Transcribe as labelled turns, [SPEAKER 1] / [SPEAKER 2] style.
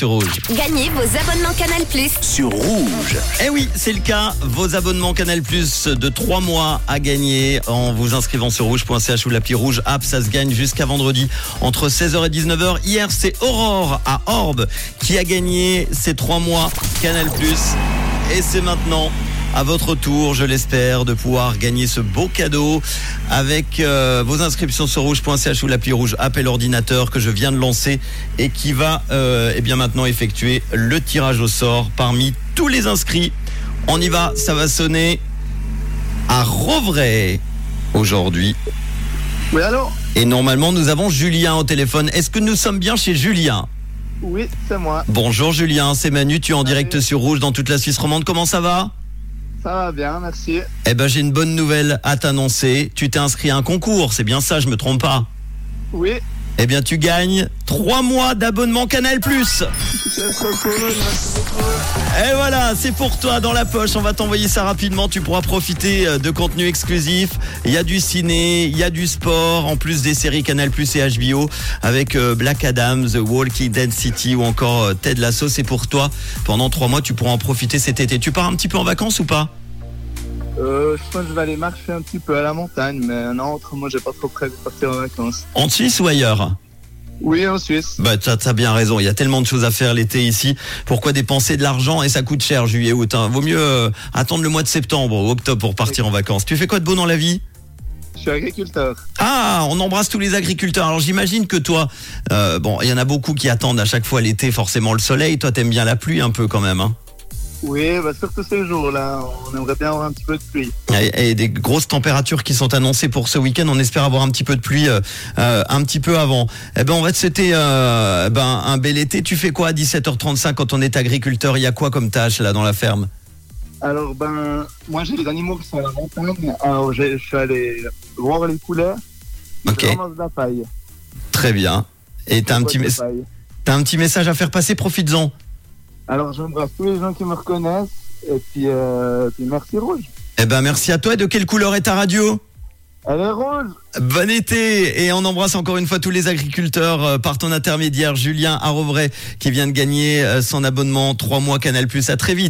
[SPEAKER 1] sur Rouge.
[SPEAKER 2] Gagnez vos abonnements Canal Plus.
[SPEAKER 3] sur Rouge.
[SPEAKER 1] Eh oui, c'est le cas. Vos abonnements Canal Plus de 3 mois à gagner en vous inscrivant sur rouge.ch ou l'appli Rouge App. Ça se gagne jusqu'à vendredi entre 16h et 19h. Hier, c'est Aurore à Orbe qui a gagné ces 3 mois Canal Plus. Et c'est maintenant à votre tour, je l'espère, de pouvoir gagner ce beau cadeau avec euh, vos inscriptions sur rouge.ch ou l'appli rouge appel ordinateur que je viens de lancer et qui va euh, eh bien maintenant effectuer le tirage au sort parmi tous les inscrits. On y va, ça va sonner à Rovray aujourd'hui.
[SPEAKER 4] Oui, alors
[SPEAKER 1] Et normalement, nous avons Julien au téléphone. Est-ce que nous sommes bien chez Julien
[SPEAKER 4] Oui, c'est moi.
[SPEAKER 1] Bonjour Julien, c'est Manu, tu es en direct sur Rouge dans toute la Suisse romande. Comment ça va
[SPEAKER 4] Ça va bien, merci.
[SPEAKER 1] Eh ben j'ai une bonne nouvelle à t'annoncer. Tu t'es inscrit à un concours, c'est bien ça, je me trompe pas.
[SPEAKER 4] Oui,
[SPEAKER 1] Eh bien tu gagnes 3 mois d'abonnement Canal ⁇
[SPEAKER 4] c'est trop cool, merci beaucoup.
[SPEAKER 1] Et Eh voilà, c'est pour toi dans la poche. On va t'envoyer ça rapidement. Tu pourras profiter euh, de contenu exclusif. Il y a du ciné, il y a du sport, en plus des séries Canal Plus et HBO avec euh, Black Adam, The Walking Dead City ou encore euh, Ted Lasso. C'est pour toi. Pendant trois mois, tu pourras en profiter cet été. Tu pars un petit peu en vacances ou pas
[SPEAKER 4] Euh, je pense que je vais aller marcher un petit peu à la montagne, mais non, autrement, j'ai pas trop prévu de partir en vacances.
[SPEAKER 1] En Suisse ou ailleurs
[SPEAKER 4] Oui, en Suisse.
[SPEAKER 1] Bah t'as t'as bien raison. Il y a tellement de choses à faire l'été ici. Pourquoi dépenser de l'argent et ça coûte cher juillet août hein. Vaut mieux euh, attendre le mois de septembre ou octobre pour partir en vacances. Tu fais quoi de beau dans la vie
[SPEAKER 4] Je suis agriculteur.
[SPEAKER 1] Ah, on embrasse tous les agriculteurs. Alors j'imagine que toi, euh, bon, il y en a beaucoup qui attendent à chaque fois l'été forcément le soleil. Toi, t'aimes bien la pluie un peu quand même. Hein
[SPEAKER 4] Oui, bah, surtout ces jours-là, on aimerait bien avoir un petit peu de pluie.
[SPEAKER 1] et, et des grosses températures qui sont annoncées pour ce week-end. On espère avoir un petit peu de pluie euh, euh, un petit peu avant. Eh ben, on va te souhaiter euh, eh ben, un bel été. Tu fais quoi à 17h35 quand on est agriculteur Il y a quoi comme tâche là dans la ferme
[SPEAKER 4] Alors, ben, moi, j'ai des animaux qui sont à la montagne, alors j'ai- je suis allé voir les poulets. Ils
[SPEAKER 1] Ok.
[SPEAKER 4] ramassent de la paille.
[SPEAKER 1] Très bien. Et t'as un, petit
[SPEAKER 4] Ils
[SPEAKER 1] mes-
[SPEAKER 4] ramassent de la paille.
[SPEAKER 1] t'as un petit message à faire passer, profites-en.
[SPEAKER 4] Alors, j'embrasse tous les gens qui me reconnaissent, et puis, euh, puis merci Rouge.
[SPEAKER 1] Eh ben merci à toi. Et de quelle couleur est ta radio
[SPEAKER 4] Elle est rouge
[SPEAKER 1] Bon été et on embrasse encore une fois tous les agriculteurs euh, par ton intermédiaire Julien Arrovray qui vient de gagner euh, son abonnement 3 mois Canal Plus. À très vite.